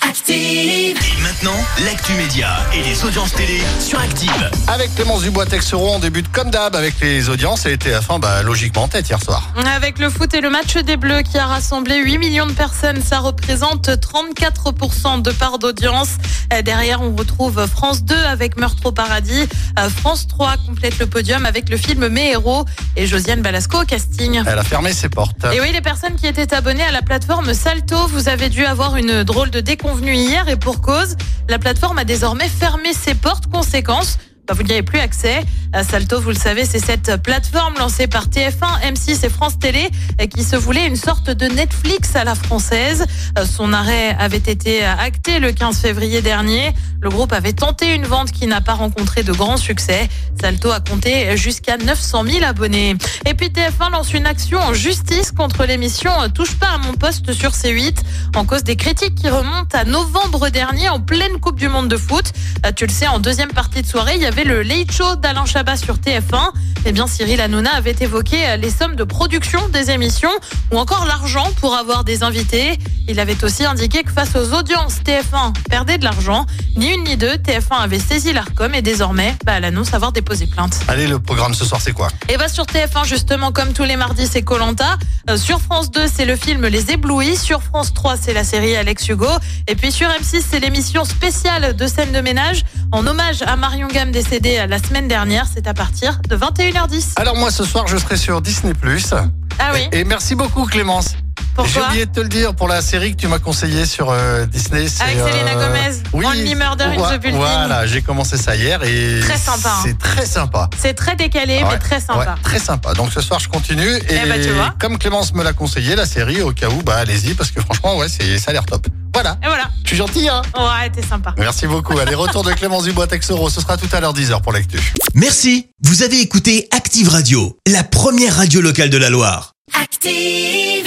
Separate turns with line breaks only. Active,
Et maintenant, l'actu média et les audiences télé sur Active.
Avec Clémence Dubois-Texeron, on débute comme d'hab avec les audiences. Elle était à la fin, bah, logiquement en tête hier soir.
Avec le foot et le match des Bleus qui a rassemblé 8 millions de personnes, ça représente 34% de part d'audience. Euh, Derrière, on retrouve France 2 avec Meurtre au paradis. Euh, France 3 complète le podium avec le film Mes héros et Josiane Balasco au casting.
Elle a fermé ses portes.
Et oui, les personnes qui étaient abonnées à la plateforme Salto, vous avez dû avoir une drôle de déconvenue hier et pour cause, la plateforme a désormais fermé ses portes. Conséquence, bah, vous n'y avez plus accès. À Salto, vous le savez, c'est cette plateforme lancée par TF1, M6 et France Télé euh, qui se voulait une sorte de Netflix à la française. Euh, Son arrêt avait été euh, acté le 15 février dernier. Le groupe avait tenté une vente qui n'a pas rencontré de grand succès. Salto a compté jusqu'à 900 000 abonnés. Et puis TF1 lance une action en justice contre l'émission Touche pas à mon poste sur C8 en cause des critiques qui remontent à novembre dernier en pleine Coupe du Monde de foot. Euh, Tu le sais, en deuxième partie de soirée, il y avait le late show d'Alain Chabat sur TF1. Eh bien, Cyril Hanouna avait évoqué euh, les sommes de production des émissions ou encore l'argent pour avoir des invités. Il avait aussi indiqué que face aux audiences, TF1 perdait de l'argent. Ni une ni deux, TF1 avait saisi l'ARCOM et désormais, bah, elle annonce avoir déposé plainte.
Allez, le programme ce soir, c'est quoi
Et bah sur TF1 justement comme tous les mardis c'est Colanta. Euh, sur France 2 c'est le film Les Éblouis. Sur France 3 c'est la série Alex Hugo. Et puis sur M6 c'est l'émission spéciale de scène de ménage en hommage à Marion Gamme décédée euh, la semaine dernière. C'est à partir de 21h10.
Alors moi, ce soir, je serai sur Disney+.
Ah oui.
Et merci beaucoup, Clémence. J'ai
Pourquoi
oublié de te le dire pour la série que tu m'as conseillée sur euh, Disney. c'est, euh,
Avec Selena Gomez,
Oui.
Only Murder in the
Ouais,
Building.
Voilà, j'ai commencé ça hier et
Très sympa, hein.
C'est très sympa.
C'est très décalé
Ouais,
mais très sympa.
ouais, très sympa. Donc ce soir, je continue. Et
Eh bah, tu vois.
comme Clémence me l'a conseillé, la série, au cas où, bah allez-y, parce que franchement, ouais, c'est- ça a l'air top. Voilà.
Et voilà.
Je suis gentil, hein
Ouais, t'es sympa.
Merci beaucoup. Allez, retour de Clémence Dubois-Texoro. Ce sera tout à l'heure 10h pour l'actu.
Merci, vous avez écouté Active Radio, la première radio locale de la Loire.
active.